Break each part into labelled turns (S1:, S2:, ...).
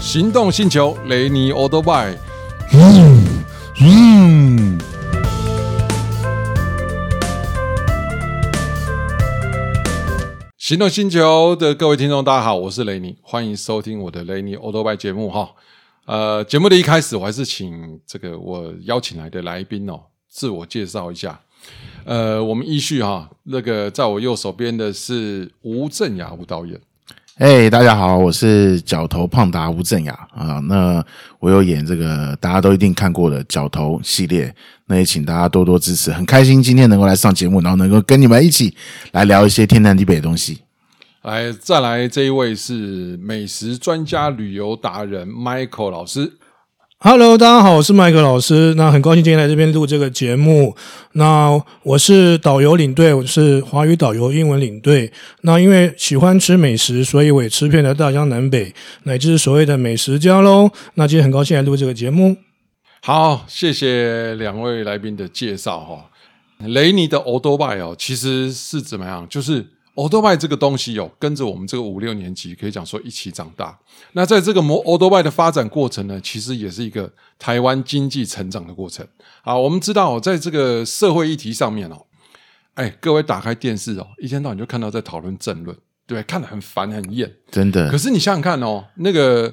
S1: 行动星球雷尼欧多拜。
S2: 嗯，
S1: 行动星球的各位听众，大家好，我是雷尼，欢迎收听我的雷尼欧多拜节目哈。呃，节目的一开始，我还是请这个我邀请来的来宾哦，自我介绍一下。呃，我们依序哈，那个在我右手边的是吴镇雅吴导演，
S2: 嘿，哎大家好，我是角头胖达吴镇雅啊。那我有演这个大家都一定看过的角头系列，那也请大家多多支持。很开心今天能够来上节目，然后能够跟你们一起来聊一些天南地北的东西。
S1: 来再来这一位是美食专家、旅游达人 Michael 老师。
S3: Hello，大家好，我是麦克老师。那很高兴今天来这边录这个节目。那我是导游领队，我是华语导游、英文领队。那因为喜欢吃美食，所以我也吃遍了大江南北，乃至所谓的美食家喽。那今天很高兴来录这个节目。
S1: 好，谢谢两位来宾的介绍哈、哦。雷尼的 o d o b i 哦，其实是怎么样？就是 o d o b i 这个东西哦，跟着我们这个五六年级可以讲说一起长大。那在这个模 o d o b i 的发展过程呢，其实也是一个台湾经济成长的过程。好，我们知道、哦、在这个社会议题上面哦，哎，各位打开电视哦，一天到晚就看到在讨论政论，对，看得很烦很厌。
S2: 真的
S1: 可，是你想想看哦，那个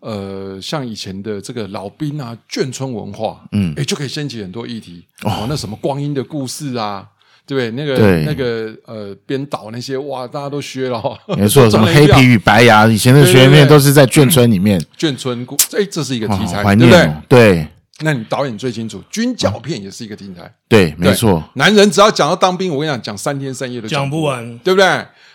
S1: 呃，像以前的这个老兵啊，眷村文化，嗯，哎，就可以掀起很多议题哦。那什么光阴的故事啊，对不对？那个
S2: 对
S1: 那个呃，编导那些哇，大家都学了、哦，
S2: 没 错，什
S1: 赚
S2: 么
S1: 了一
S2: 黑
S1: 票
S2: 皮与白牙，以前的
S1: 对对
S2: 学
S1: 对
S2: 面都是在眷村里面，
S1: 眷村故，哎，这是一个
S2: 哇
S1: 题材，
S2: 好怀
S1: 对
S2: 念
S1: 不对？
S2: 哦。嗯对
S1: 那你导演最清楚，军教片也是一个题材，
S2: 对，没
S1: 对
S2: 错，。
S1: 哦男人只要讲到当兵，我跟你讲，讲三天三夜都
S3: 讲
S1: 不
S3: 不完，
S1: 对不对？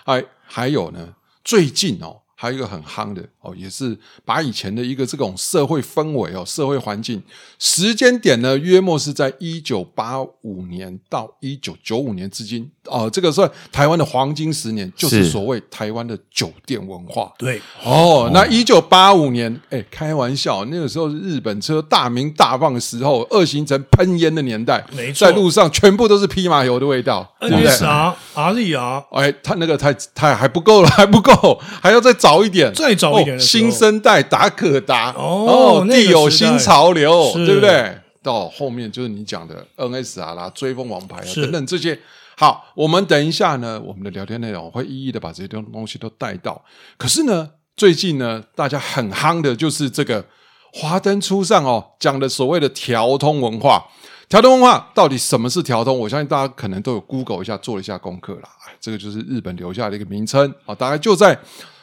S1: 哎，还有呢，最近哦，还有一个很夯的哦，也是把以前的一个这种社会氛围哦、社会环境时间点呢，约莫是在一九八五年到一九九五年之间哦，这个算台湾的黄金十年，就是
S2: 是
S1: 所谓台湾的酒店文化。
S3: 对，
S1: 哦，那一九八五年，哎，开玩笑，那个时候是日本车大鸣大放的时候，二行程喷烟的年代，
S3: 没错
S1: 在路上全部都是披麻油的味道，对不对？
S3: NSR、RZR，
S1: 哎，他那个太太还不够了，还不够，还要再早一点，
S3: 再早一点
S1: 哦
S3: 的时候
S1: 新生代达可达
S3: 哦那个
S1: 地有
S3: 时代
S1: 新潮流，
S3: 是
S1: 对不对？到后面就是你讲的 NSR 啦、追风王牌啊
S3: 是
S1: 等等这些。好，我们等一下呢，我们的聊天内容会一一的把这些东东西都带到。可是呢，最近呢，大家很夯的就是这个《华灯初上》哦，讲的所谓的调通文化。调通文化到底什么是调通？我相信大家可能都有 Google 一下，做了一下功课啦。哎这个就是日本留下的一个名称啊，大概就在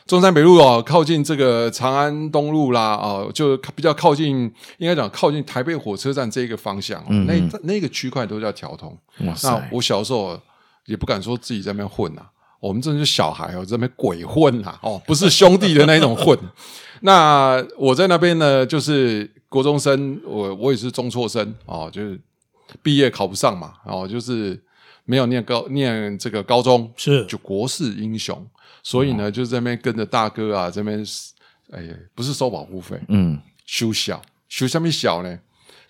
S1: 中山北路哦，靠近这个长安东路啦，哦，就比较靠近，应该讲靠近台北火车站这一个方向、哦，那那个区块都叫调通。
S2: 哇
S1: 那
S2: 塞，
S1: 我小时候也不敢说自己在那边混啊，我们真的是小孩哦，在那边鬼混啊，哦，不是兄弟的那一种混。 那我在那边呢，就是国中生，我我也是中辍生哦，就是毕业考不上嘛，哦，就是没有念高念这个高中，
S3: 是
S1: 就国士英雄，所以呢，就在那边跟着大哥啊，这边哎不是收保护费，
S2: 嗯，
S1: 修小，修什么小呢？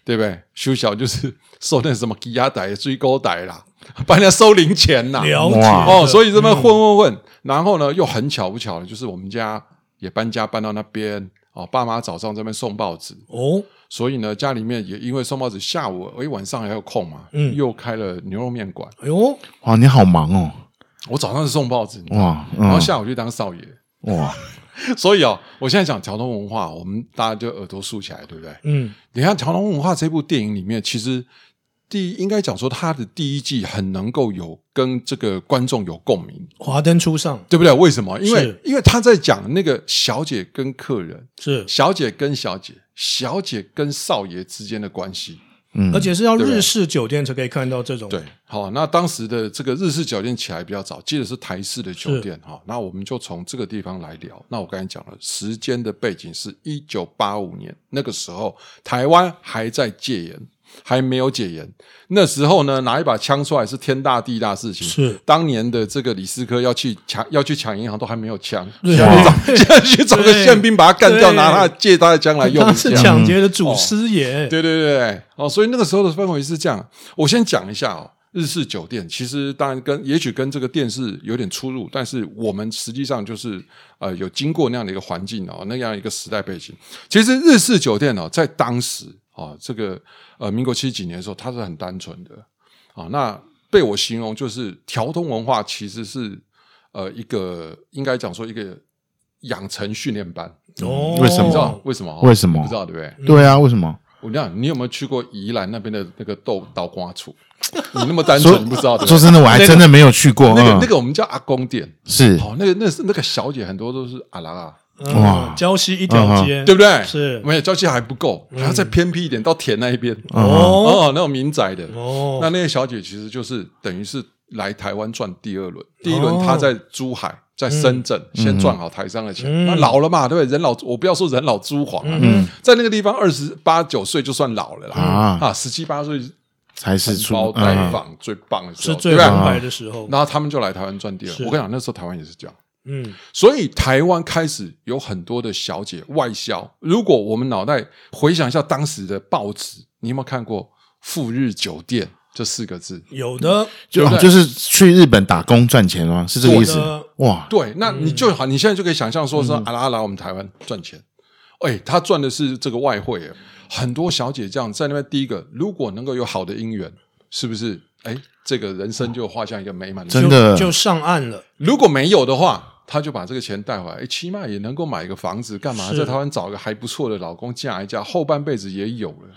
S1: 对不对？修小就是 收那什么鸡鸭仔、追高仔啦，帮人家收零钱呐。
S3: 了解
S2: 哇
S1: 哦，所以这么混混混，然后呢又很巧不巧的，就是我们家也搬家搬到那边哦，爸妈早上这边送报纸，
S3: 哦，
S1: 所以呢家里面也因为送报纸，下午哎晚上还有空嘛，
S3: 嗯
S1: 又开了牛肉面馆。
S3: 哎呦，
S2: 哇，你好忙哦，
S1: 我早上是送报纸，
S2: 哇，嗯
S1: 然后下午去当少爷。
S2: 哇，
S1: 所以哦，我现在讲条通文化，我们大家就耳朵竖起来，对不对？
S3: 嗯，
S1: 你看《长龙文化》这部电影里面，其实第应该讲说它的第一季很能够有跟这个观众有共鸣，
S3: 华灯初上
S1: 对不对？为什么？因为
S3: 是
S1: 因为他在讲那个小姐跟客人，
S3: 是，
S1: 小姐跟小姐，小姐跟少爷之间的关系。
S2: 嗯
S3: 而且是要
S1: 对不对
S3: 日式酒店才可以看到这种，
S1: 对，哦好，那当时的这个日式酒店起来比较早，接着是台式的酒店哈。那我们就从这个地方来聊。那我刚才讲了，时间的背景是一九八五年，那个时候台湾还在戒严，还没有解严。那时候呢，拿一把枪出来是天大地大事情。
S3: 是
S1: 当年的这个李斯科要去抢要去抢银行，都还没有枪，
S3: 对
S1: 现在去找现在 去找个
S3: 对
S1: 宪兵把他干掉，
S3: 对
S1: 拿他借他的枪来用一
S3: 他
S1: 下
S3: 是。抢劫的祖师爷，
S1: 对对对，哦，所以那个时候的氛围是这样。我先讲一下哦，日式酒店，其实当然跟也许跟这个店是有点出入，但是我们实际上就是呃有经过那样的一个环境哦，那样一个时代背景。其实日式酒店哦，在当时哦，这个呃民国七几年的时候，它是很单纯的啊、哦那被我形容就是调通文化其实是呃一个应该讲说一个养成训练班，
S3: 哦，
S2: 为什么
S1: 你知道为什么哦？
S2: 为什么
S1: 不知道对不对？
S2: 对啊，为什么？
S1: 我讲，你有没有去过宜兰那边的那个豆倒瓜处？你那么单纯，你不知道对不
S2: 说
S1: 对？
S2: 真的，我还真的没有去过。
S1: 那个
S2: 嗯
S1: 那个我们叫阿公店，
S2: 是
S1: 好、那个那是那个小姐很多都是阿拉啊，
S3: 嗯
S2: 哇嗯
S3: 礁溪一条街，
S1: 对不对？
S3: 是嗯
S1: 没有交际还不够，还要再偏僻一点到田那一边
S2: 嗯
S3: 哦
S1: 哦，那种民宅的。
S3: 哦，
S1: 那那个小姐其实就是等于是来台湾赚第二轮，第一轮
S3: 哦
S1: 她在珠海。在深圳
S2: 嗯
S1: 先赚好台商的钱，
S3: 嗯
S1: 那老了嘛，对不对？人老，我不要说人老珠黄啊，在那个地方二十八九岁就算老了啦，
S2: 嗯啊
S1: 啊，十七八岁
S2: 才是出
S1: 包
S2: 嗯
S1: 带放最棒的时
S3: 嗯是
S1: 候，
S3: 最
S1: 对
S3: 红
S1: 吧？
S3: 白的时候，
S1: 然后他们就来台湾赚第二。
S3: 是
S1: 我跟你讲，那时候台湾也是这样，
S3: 嗯，
S1: 所以台湾开始有很多的小姐外销。如果我们脑袋回想一下当时的报纸，你有没有看过“赴日酒店”这四个字？
S3: 有的
S2: 就
S1: 对不对
S2: 就是去日本打工赚钱吗？是这个意思
S3: 我的？
S2: 哇，
S1: 对，那你就好，你现在就可以想象说
S3: 嗯
S1: 说阿拉阿拉我们台湾赚钱，哎，他赚的是这个外汇，哎很多小姐这样在那边。第一个，如果能够有好的姻缘，是不是？哎，这个人生就画下一个美满的句号
S2: 真的
S3: 就就上岸了，
S1: 如果没有的话，他就把这个钱带回来，诶起码也能够买一个房子，干嘛
S3: 是
S1: 在台湾找一个还不错的老公嫁一嫁，后半辈子也有了。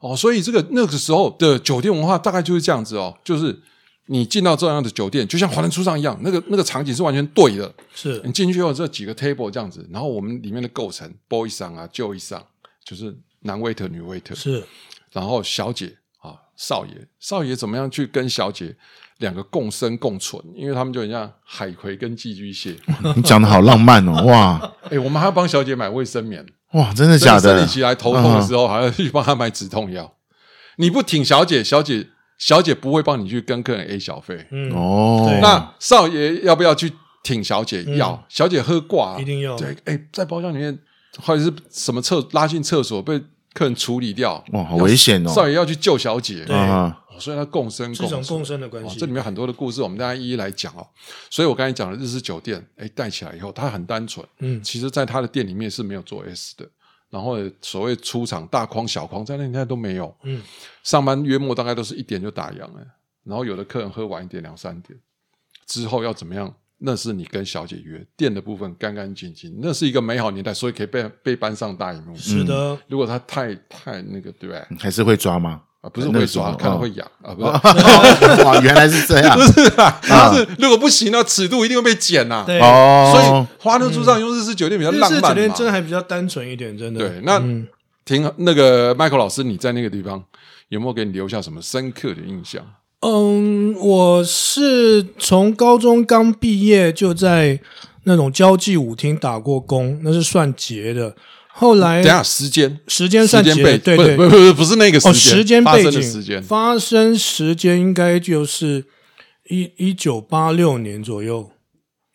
S1: 哦，所以这个那个时候的酒店文化大概就是这样子哦，就是你进到这样的酒店，就像华人初上一样，那个那个场景是完全对的。
S3: 是
S1: 你进去后，这几个 table 这样子，然后我们里面的构成，boy 上啊，joy 上，就是男 waiter 女 waiter，
S3: 是
S1: 然后小姐啊，少爷，少爷怎么样去跟小姐两个共生共存？因为他们就很像海葵跟寄居 蟹。
S2: 你讲的好浪漫哦，哇
S1: 哎、我们还要帮小姐买卫生棉，
S2: 哇，真的假
S1: 真
S2: 的
S1: 生理？期来头痛的时
S3: 嗯
S1: 候，还要去帮她买止痛药。你不挺小姐，小姐小姐不会帮你去跟客人 A 小费。
S3: 嗯
S2: 哦
S3: 对，
S1: 那少爷要不要去挺小姐？要，小姐喝挂、
S3: 一定要
S1: 对，哎、在包厢里面或者是什么厕拉进厕所被客人处理掉，
S2: 哇好危险哦
S1: 少爷要去救小姐，
S3: 对
S2: 啊，
S1: 哦所以他共生
S3: 是一种
S1: 共
S3: 共生的关
S1: 哦
S3: 系，
S1: 这里面很多的故事，我们大家一一来讲哦。所以我刚才讲的日式酒店，哎，带起来以后，它很单纯。
S3: 嗯
S1: 其实，在它的店里面是没有做 S 的，然后所谓出厂大框、小框，在那年代都没有。
S3: 嗯，
S1: 上班约莫大概都是一点就打烊了，然后有的客人喝晚一点，两三点之后要怎么样？那是你跟小姐约店的部分干干净净，那是一个美好年代，所以可以被被搬上大荧幕。
S3: 是的，
S1: 如果他太太那个，对不对？
S2: 还是会抓吗？
S1: 啊，不是
S2: 那
S1: 会
S2: 个时候
S1: 抓，看到
S2: 哦
S1: 会痒啊，不是。
S2: 哇，原来是这样
S1: 不是
S2: 啊
S1: 啦，啊就是如果不行呢，尺度一定会被剪呐。
S3: 对，
S2: 哦，
S1: 所以花灯初上用日式酒店比较
S3: 日
S1: 浪
S3: 式酒
S1: 漫
S3: 店
S1: 嘛。
S3: 真的还比较单纯一点，真的
S1: 对，那
S3: 嗯
S1: 挺那个 Michael 老师，你在那个地方有没有给你留下什么深刻的印象？
S3: 嗯，我是从高中刚毕业就在那种交际舞厅打过工，那是算结的。后来
S1: 等一下时间，
S3: 哎时间
S1: 时
S3: 算
S1: 间
S3: 结
S1: 背
S3: 的，对
S1: 不是
S3: 对
S1: 不，是不是不是那个
S3: 哦，
S1: 时
S3: 时
S1: 间
S3: 间
S1: 发
S3: 背
S1: 生
S3: 景
S1: 的时间，
S3: 发生时间应该就是一一九八六年左右，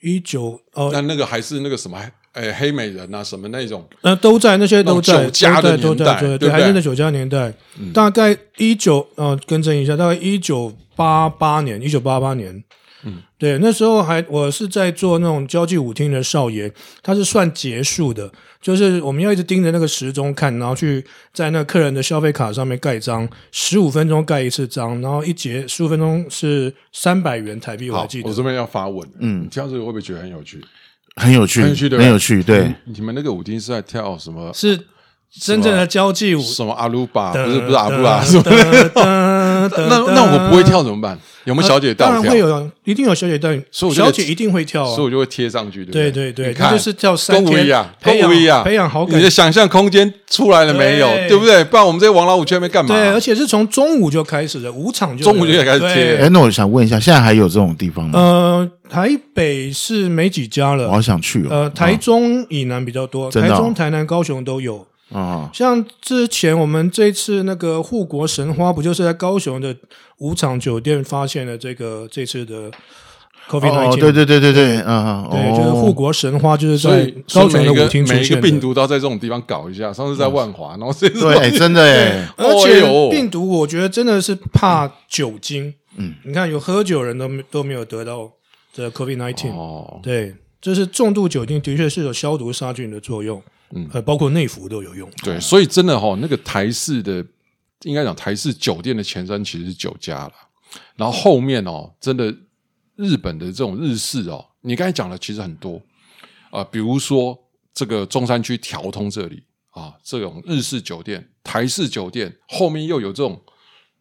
S3: 一九哦，
S1: 那那个还是那个什么，哎，黑美人啊什么那种，
S3: 那都在那些都
S1: 那种
S3: 在
S1: 哦酒家的
S3: 都在
S1: 年代
S3: 都
S1: 对不
S3: 在
S1: 对嗯
S3: 还是那酒家年代，大概一九呃，更正一下，大概一九八八年，一九八八年。嗯，对，那时候还我是在做那种交际舞厅的少爷，他是算结束的，就是我们要一直盯着那个时钟看，然后去在那客人的消费卡上面盖章，十五分钟盖一次章，然后一节十五分钟是三百元台币，我还
S1: 好
S3: 记，得
S1: 哦我。这边要发问，嗯，这样子会不会觉得很有趣？
S2: 很有趣，
S1: 很有趣对不对
S2: 嗯
S1: 嗯
S2: 很有趣，对，
S1: 你们那个舞厅是在跳什么
S3: 是真正的交际舞，
S1: 什么阿鲁巴，
S3: 噔
S1: 啊不是不是阿鲁巴，
S3: 噔
S1: 什么？
S3: 噔噔噔
S1: 那那我不会跳怎么办？有没有小姐带
S3: 呃当
S1: 我
S3: 然
S1: 跳
S3: 会？有，一定有小姐带，
S1: 所以我就
S3: 小姐一定会跳
S1: 所以
S3: 啊。
S1: 我就会贴上去，对不
S3: 对
S1: 对
S3: 对对，
S1: 你看
S3: 她就是跳三
S1: 跟我
S3: 天
S1: 一样，
S3: 培
S1: 跟
S3: 养
S1: 我一样，
S3: 培养好感
S1: 你的。想象空间出来了没有？
S3: 对
S1: 对不对？不然我们这些王老五圈没干嘛？
S3: 对，而且是从中午就开始的，五场就有
S1: 中午就开始贴
S3: 对
S2: 哎，那我想问一下，现在还有这种地方吗？
S3: 呃，台北是没几家
S2: 我
S3: 了，
S2: 好想去哦。
S3: 呃，
S1: 啊
S3: 台中以南比较多，
S2: 真的
S3: 台
S2: 哦
S3: 中、台南、高雄都有。
S2: 啊，
S3: 像之前我们这次那个护国神花，不就是在高雄的五场酒店发现了这个这次的 COVID 1 9
S2: 哦，对对对对对，嗯，
S3: 对，
S2: 哦
S3: 就是护国神花，就是
S1: 所
S3: 在
S1: 以
S3: 高
S1: 所以
S3: 雄
S1: 每
S3: 的
S1: 一
S3: 舞
S1: 个
S3: 厅出
S1: 每一个
S3: 现的
S1: 病毒都要在这种地方搞一下。上次在万华，然后这次
S2: 对，真的哎，
S3: 而
S1: 哦哎
S3: 且
S1: 呦
S3: 病毒，我觉得真的是怕酒精，嗯，你看有喝酒人都没都没有得到这 COVID nineteen，、
S1: 哦，
S3: 对，这是重度酒精的确是有消毒杀菌的作用，嗯，呃，包括内服都有用。
S1: 对，所以真的哈、那个台式的，应该讲台式酒店的前身其实是酒家啦，然后后面哦，真的日本的这种日式哦，你刚才讲的其实很多啊、比如说这个中山区调通这里啊，这种日式酒店、台式酒店后面又有这种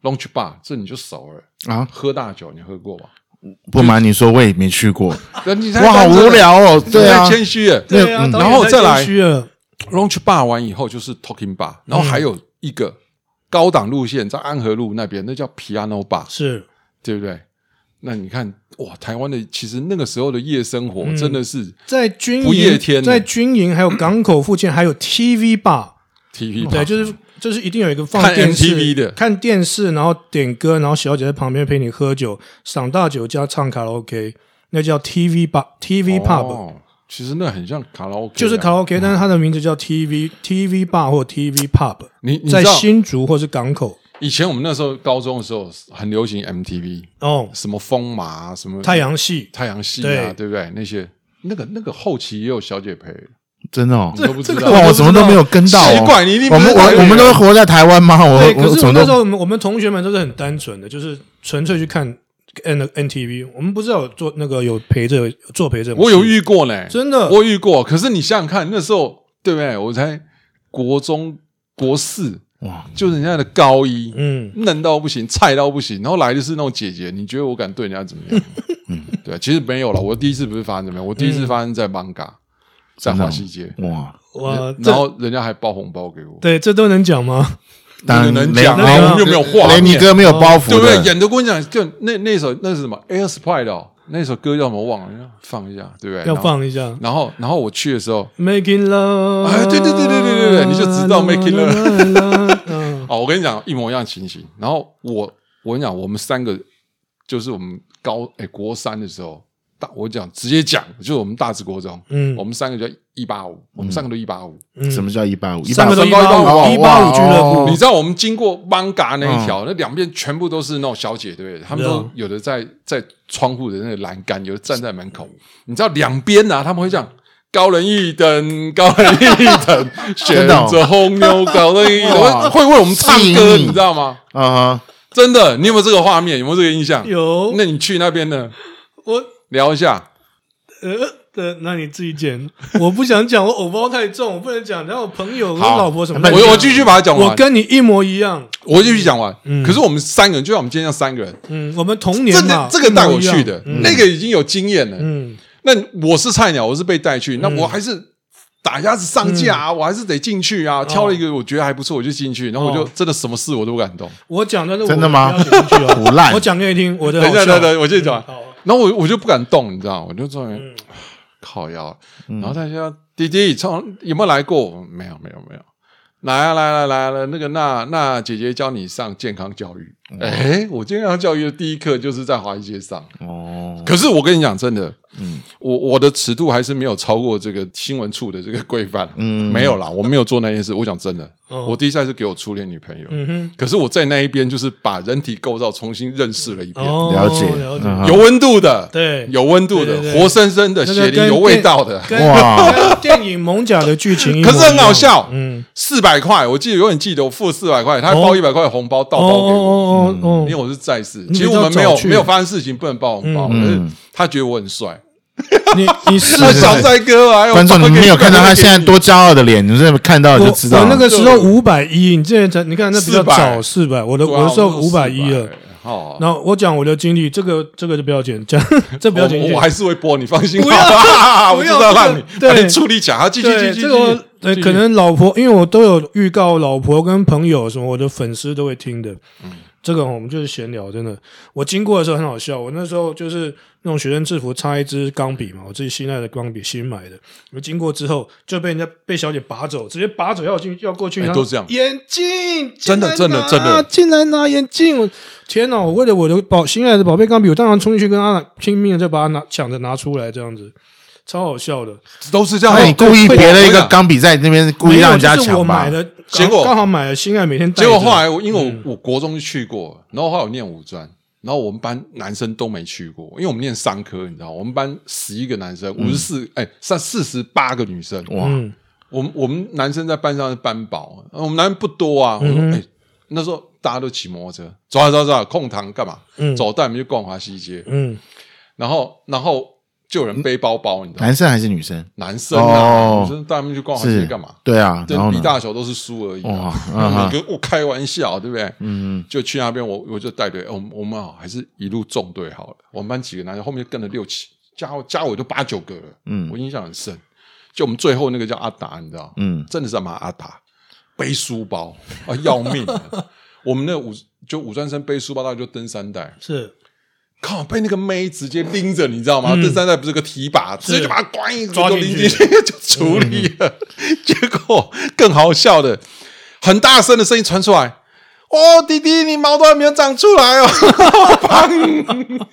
S1: lunch bar，这你就熟了。
S2: 啊，
S1: 喝大酒你喝过吗？
S2: 不瞒你说，我也没去过，
S1: 那你才
S2: 哇，好
S1: 刚才
S2: 无，聊哦。
S1: 你
S2: 对啊
S1: 太，谦虚了。
S3: 对啊，
S2: 嗯
S3: 导演
S1: 然后
S3: 太
S1: 再来
S3: 谦虚了
S1: Launch Bar 完以后就是 Talking Bar，然后还有一个高档路线在安和路那边，那叫 Piano Bar，
S3: 是
S1: 对不对？那你看，哇，台湾的其实那个时候的夜生活
S3: 嗯
S1: 真的是
S3: 在军营
S1: 不夜天呢
S3: 在军营还有港口附近还有 TV bar，
S1: TV
S3: 对，
S1: bar，
S3: 就是就是一定有一个放
S1: 嗯看
S3: 电视
S1: MTV 的
S3: 看电视，然后点歌，然后小姐在旁边陪你喝酒，赏大酒加唱卡拉 OK，那叫 TV bar TV pub，、
S1: 哦其实那很像卡拉 OK，啊
S3: 就是卡拉 OK，但是它的名字叫 TV TV bar 或 TV pub，
S1: 你你知
S3: 在
S1: 道，
S3: 新竹或是港口
S1: 以前我们那时候高中的时候很流行 MTV，
S3: 哦，
S1: 什么风马啊，什么
S3: 太阳系
S1: 太阳系啊，
S3: 对
S1: 对不对？那些那个那个后期也有小姐陪，
S2: 真的哦，
S1: 你都不知道，
S2: 哇，我怎么都没有跟到哦。
S1: 奇怪，你一定不
S2: 我
S1: 是
S2: 们
S1: 台湾
S2: 我我们
S1: 人啊
S2: 都活在台湾吗？我
S3: 对，
S2: 我
S3: 可是
S2: 怎
S3: 我
S2: 么
S3: 那时候
S2: 都
S3: 我们我们同学们都是很单纯的，就是纯粹去看 N N T V，我们不知道有做那个有陪着做陪着，
S1: 我有遇过呢，
S3: 真的
S1: 我遇过。可是你想想看，那时候对不对？我才国中国四，
S2: 哇，
S1: 就是人家的高一，
S3: 嗯。
S1: 嫩到不行，菜到不行，然后来的是那种姐姐，你觉得我敢对人家怎么 样？嗯，对，其实没有了。我第一次不是发生怎么样，我第一次发生在 Manga，、在华西街，
S2: 哇，
S3: 哇，呃这
S1: 然后人家还包红包给我，
S3: 对，这都能讲吗？
S2: 当然
S1: 能
S2: 没
S1: 讲
S3: 没有
S1: 啊，我们又没有画
S2: 雷
S1: 面，哦
S2: 尼哥没有包袱
S1: 对不对？
S2: 的，
S1: 演的跟你讲，就那那首那是什么 Air Supply 的、哦、那首歌叫什么忘了，放一下，对不对？
S3: 要
S1: 然后。
S3: 放一下
S1: 然后，然后我去的时候，
S3: Making Love。
S1: 哎对对对对对对对你就知道 Making
S3: Love 嗯。
S1: 哦，我跟你讲一模一样的情形。然后我我跟你讲，我们三个就是我们高哎国三的时候，大我讲直接讲，就是我们大智国中，
S3: 嗯
S1: 我们三个叫一八五，我们三个都一八五。
S3: 嗯
S2: 什么叫一八五？
S3: 三个都
S1: 身高
S2: 185
S3: 185 185俱乐部
S2: 哦
S1: 你知道我们经过邦嘎那
S2: 嗯
S1: 一条，那两边全部都是那种小姐，对不对？他们都
S3: 对啊
S1: 有的在在窗户的那个栏杆，有的站在门口。你知道两边啊，他们会这样。高人一等，高人一等， 选
S2: 真的哦
S1: 择红牛，高人一等，会
S2: 哦哇
S1: 会为我们唱
S2: 吸引
S1: 歌，
S2: 你
S1: 你知道吗？
S2: 啊哈，
S1: 真的，你有没有这个画面？有没有这个印象？。
S3: 有
S1: 那你去那边呢？
S3: 我
S1: 聊一下。
S3: 呃呃，那你自 己剪。我不想讲，我偶包太重，我不能讲。然后我朋友、我
S1: 好
S3: 老婆什么
S1: 我
S3: 的，
S1: 我继续把它讲
S3: 我
S1: 完，
S3: 跟你一模一样。
S1: 我继续讲完。
S3: 嗯
S1: 可是我们三个人，就像我们今天这样三个人，
S3: 嗯，我们童
S1: 这
S3: 年嘛
S1: 个，这个带我去的
S3: 一模，一样嗯
S1: 那个已经有经验了。
S3: 嗯，
S1: 那我是菜鸟，我是被带去，那我还是打鸭子上架
S3: 嗯
S1: 啊，我还是得进去啊。挑了一个我觉得还不错，我就进去，然后我就
S3: 哦
S1: 真的什么事我都不敢动。
S3: 我讲的那
S2: 真的吗
S3: 我不要 剪进去哦
S2: 腐烂
S3: 我讲给你听，我的
S1: 等
S3: 好
S1: 一下，
S3: 笑。
S1: 等一下，我继续讲完。
S3: 好，
S1: 然后我我就不敢动，你知道吗，我就坐在那边、
S3: 嗯
S1: 靠腰，然后他说：“弟弟，从有没有来过？没有，没有，没有。来啊，来来来了，那个那那姐姐教你上健康教育。哎、我健康教育的第一课就是在华西街上。
S2: 哦，
S1: 可是我跟你讲，真的，嗯，我我的尺度还是没有超过这个新闻处的这个规范。嗯，没有啦，我没有做那件事。我讲真的，
S3: 哦
S1: 我第一下是给我初恋女朋友，
S3: 嗯哼，
S1: 可是我在那一边就是把人体构造重新认识了一遍，
S3: 哦，
S2: 了解
S3: 了解，
S2: 嗯
S1: 有温度的，
S3: 对，
S1: 有温度的
S3: 对，对对
S1: 活生生的，
S3: 那
S1: 血
S3: 个
S1: 淋
S3: 跟
S1: 有味道的。
S3: 跟
S2: 哇
S3: 跟电影《猛甲》的剧情一模
S1: 可
S3: 一样，
S1: 是很好笑，
S3: 嗯，
S1: 四百块，我记得永远记得，我付四百块，他还包
S3: 哦
S1: 一百块的红包倒
S3: 哦
S1: 包给我，
S3: 哦哦哦
S1: 因为
S3: 哦，
S1: 我是在世。
S3: 你
S1: 其实我们没
S3: 比较
S1: 有
S3: 早去
S1: 没有发生事情，不能包红包，可是
S2: 嗯
S1: 他觉得我很 帅，嗯
S3: 你 你是
S1: 他
S2: 是
S1: 小帅哥啊！哎
S2: 观众，
S1: 我
S2: 你
S1: 包给
S2: 没有看到他现在
S1: 你
S2: 多骄傲的脸，你是看到你
S3: 我
S2: 就知道
S3: 我
S2: 了。
S3: 那个时候五百一，你之前才你看那比较
S1: 400
S3: 早四百，我的
S1: 对啊
S3: 我的时候
S1: 我
S3: 五百一
S1: 400
S3: 了。
S1: 哦，
S3: 然后我讲我的经历，这个这个就不要剪，讲 这不要剪进
S1: 我
S3: 去。
S1: 我还是会播，你放心。
S3: 不要
S1: 我知
S3: 不
S1: 道
S3: 要
S1: 让你
S3: 这个
S1: 把
S3: 对
S1: 你处理讲，好继续继
S3: 对
S1: 续继
S3: 这
S1: 续
S3: 个我
S1: 继
S3: 呃，
S1: 续
S3: 可能老婆，因为我都有预告，老婆跟朋友什么，我的粉丝都会听的。这个我们就是闲聊，真的。我经过的时候很好笑，我那时候就是那种学生制服插一支钢笔嘛，我自己心爱的钢笔新买的。我经过之后就被人家被小姐拔走，直接拔走要进要过去，
S1: 哎
S3: 然后
S1: 都这样
S3: 眼镜，
S1: 真的
S3: 进来拿
S1: 真的真的
S3: 进来拿眼镜。我天哪！我为了我的宝心爱的宝贝钢笔，我当然冲进去跟他拼命的就把它拿抢着拿出来，这样子超好笑的。
S1: 都是这样
S2: 那哎你
S1: 哦。
S2: 故意别了
S1: 我跟
S2: 一
S1: 你
S2: 个
S1: 讲
S2: 钢笔在那边，故意让人家
S3: 没有就是我
S2: 抢吧
S3: 买？的，
S1: 结果
S3: 刚好买了心爱每天
S1: 结
S3: 带
S2: 嗯
S3: 着。
S1: 果后来我因为我我国中去过，然后后来我念五专，然后我们班男生都没去过，因为我们念商科，你知道，我们班十一个男生，五十四哎，三四十八个女生，
S2: 嗯哇，
S3: 嗯
S1: 我们我们男生在班上是班宝，呃我们男生不多啊。我说，
S2: 嗯
S1: 哎、那时候大家都骑摩托车，走啊走啊走啊，空堂干嘛？
S3: 嗯
S1: 走，带我们去逛华西街，
S3: 嗯，
S1: 然后然后就有人背包包，你知道吗，
S2: 男生还是女生？
S1: 男生啊，
S2: 哎哦
S1: 女生带他们去逛华西
S2: 是
S1: 街干嘛？
S2: 对啊，
S1: 这
S2: 然后
S1: 比
S2: 呢？
S1: 大小都是书而已、
S2: 哇
S1: 啊。
S2: 啊
S1: 你
S2: 哈，
S1: 跟我开玩笑，对不对？
S2: 嗯，
S1: 就去那边，我我就带队，哦我们我们啊，还是一路纵队好了。我们班几个男生，后面跟了六七，加我加我就八九个了。
S2: 嗯
S1: 我印象很深。就我们最后那个叫阿达，你知道？
S2: 嗯
S1: 真的是他妈阿达，背书包啊，要命 啊！我们那武就武专生背书包，大概就登山带，
S3: 是
S1: 靠，被那个妹直接拎着，你知道吗？登山带不是个提把，直接就把他咣一
S3: 嗯抓
S1: 就
S3: 进
S1: 拎
S3: 去嗯
S1: 进 去就处理了。 结果更好笑的，很大声的声音传出来。哦，弟弟，你毛都还没有长出来哦！ 砰！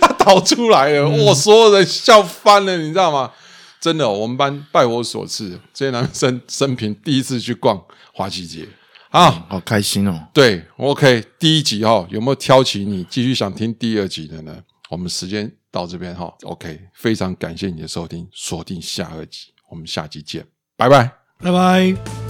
S1: 他倒出来了，
S3: 嗯
S1: 我所有人笑翻了，你知道吗？真的哦、我们班拜我所赐，这些男生生平第一次去逛华西街啊！
S2: 好开心哦，
S1: 对，OK，第一集哈、有没有挑起你继续想听第二集的呢？我们时间到这边哈、o k 非常感谢你的收听，锁定下二集，我们下集见，拜拜。
S3: 拜拜。